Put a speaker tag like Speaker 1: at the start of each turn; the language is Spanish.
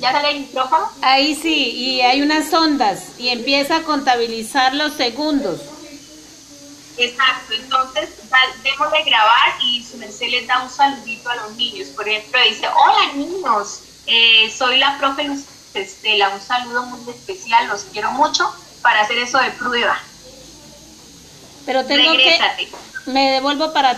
Speaker 1: ¿Ya sale el micrófono?
Speaker 2: Ahí sí, y hay unas ondas y empieza a contabilizar los segundos.
Speaker 1: Exacto, entonces demos de grabar y su merced les da un saludito a los niños. Por ejemplo, dice, hola niños, eh, soy la profe Luz Estela, un saludo muy especial, los quiero mucho para hacer eso de prueba.
Speaker 2: Pero tengo
Speaker 1: Regrésate.
Speaker 2: que... Me devuelvo para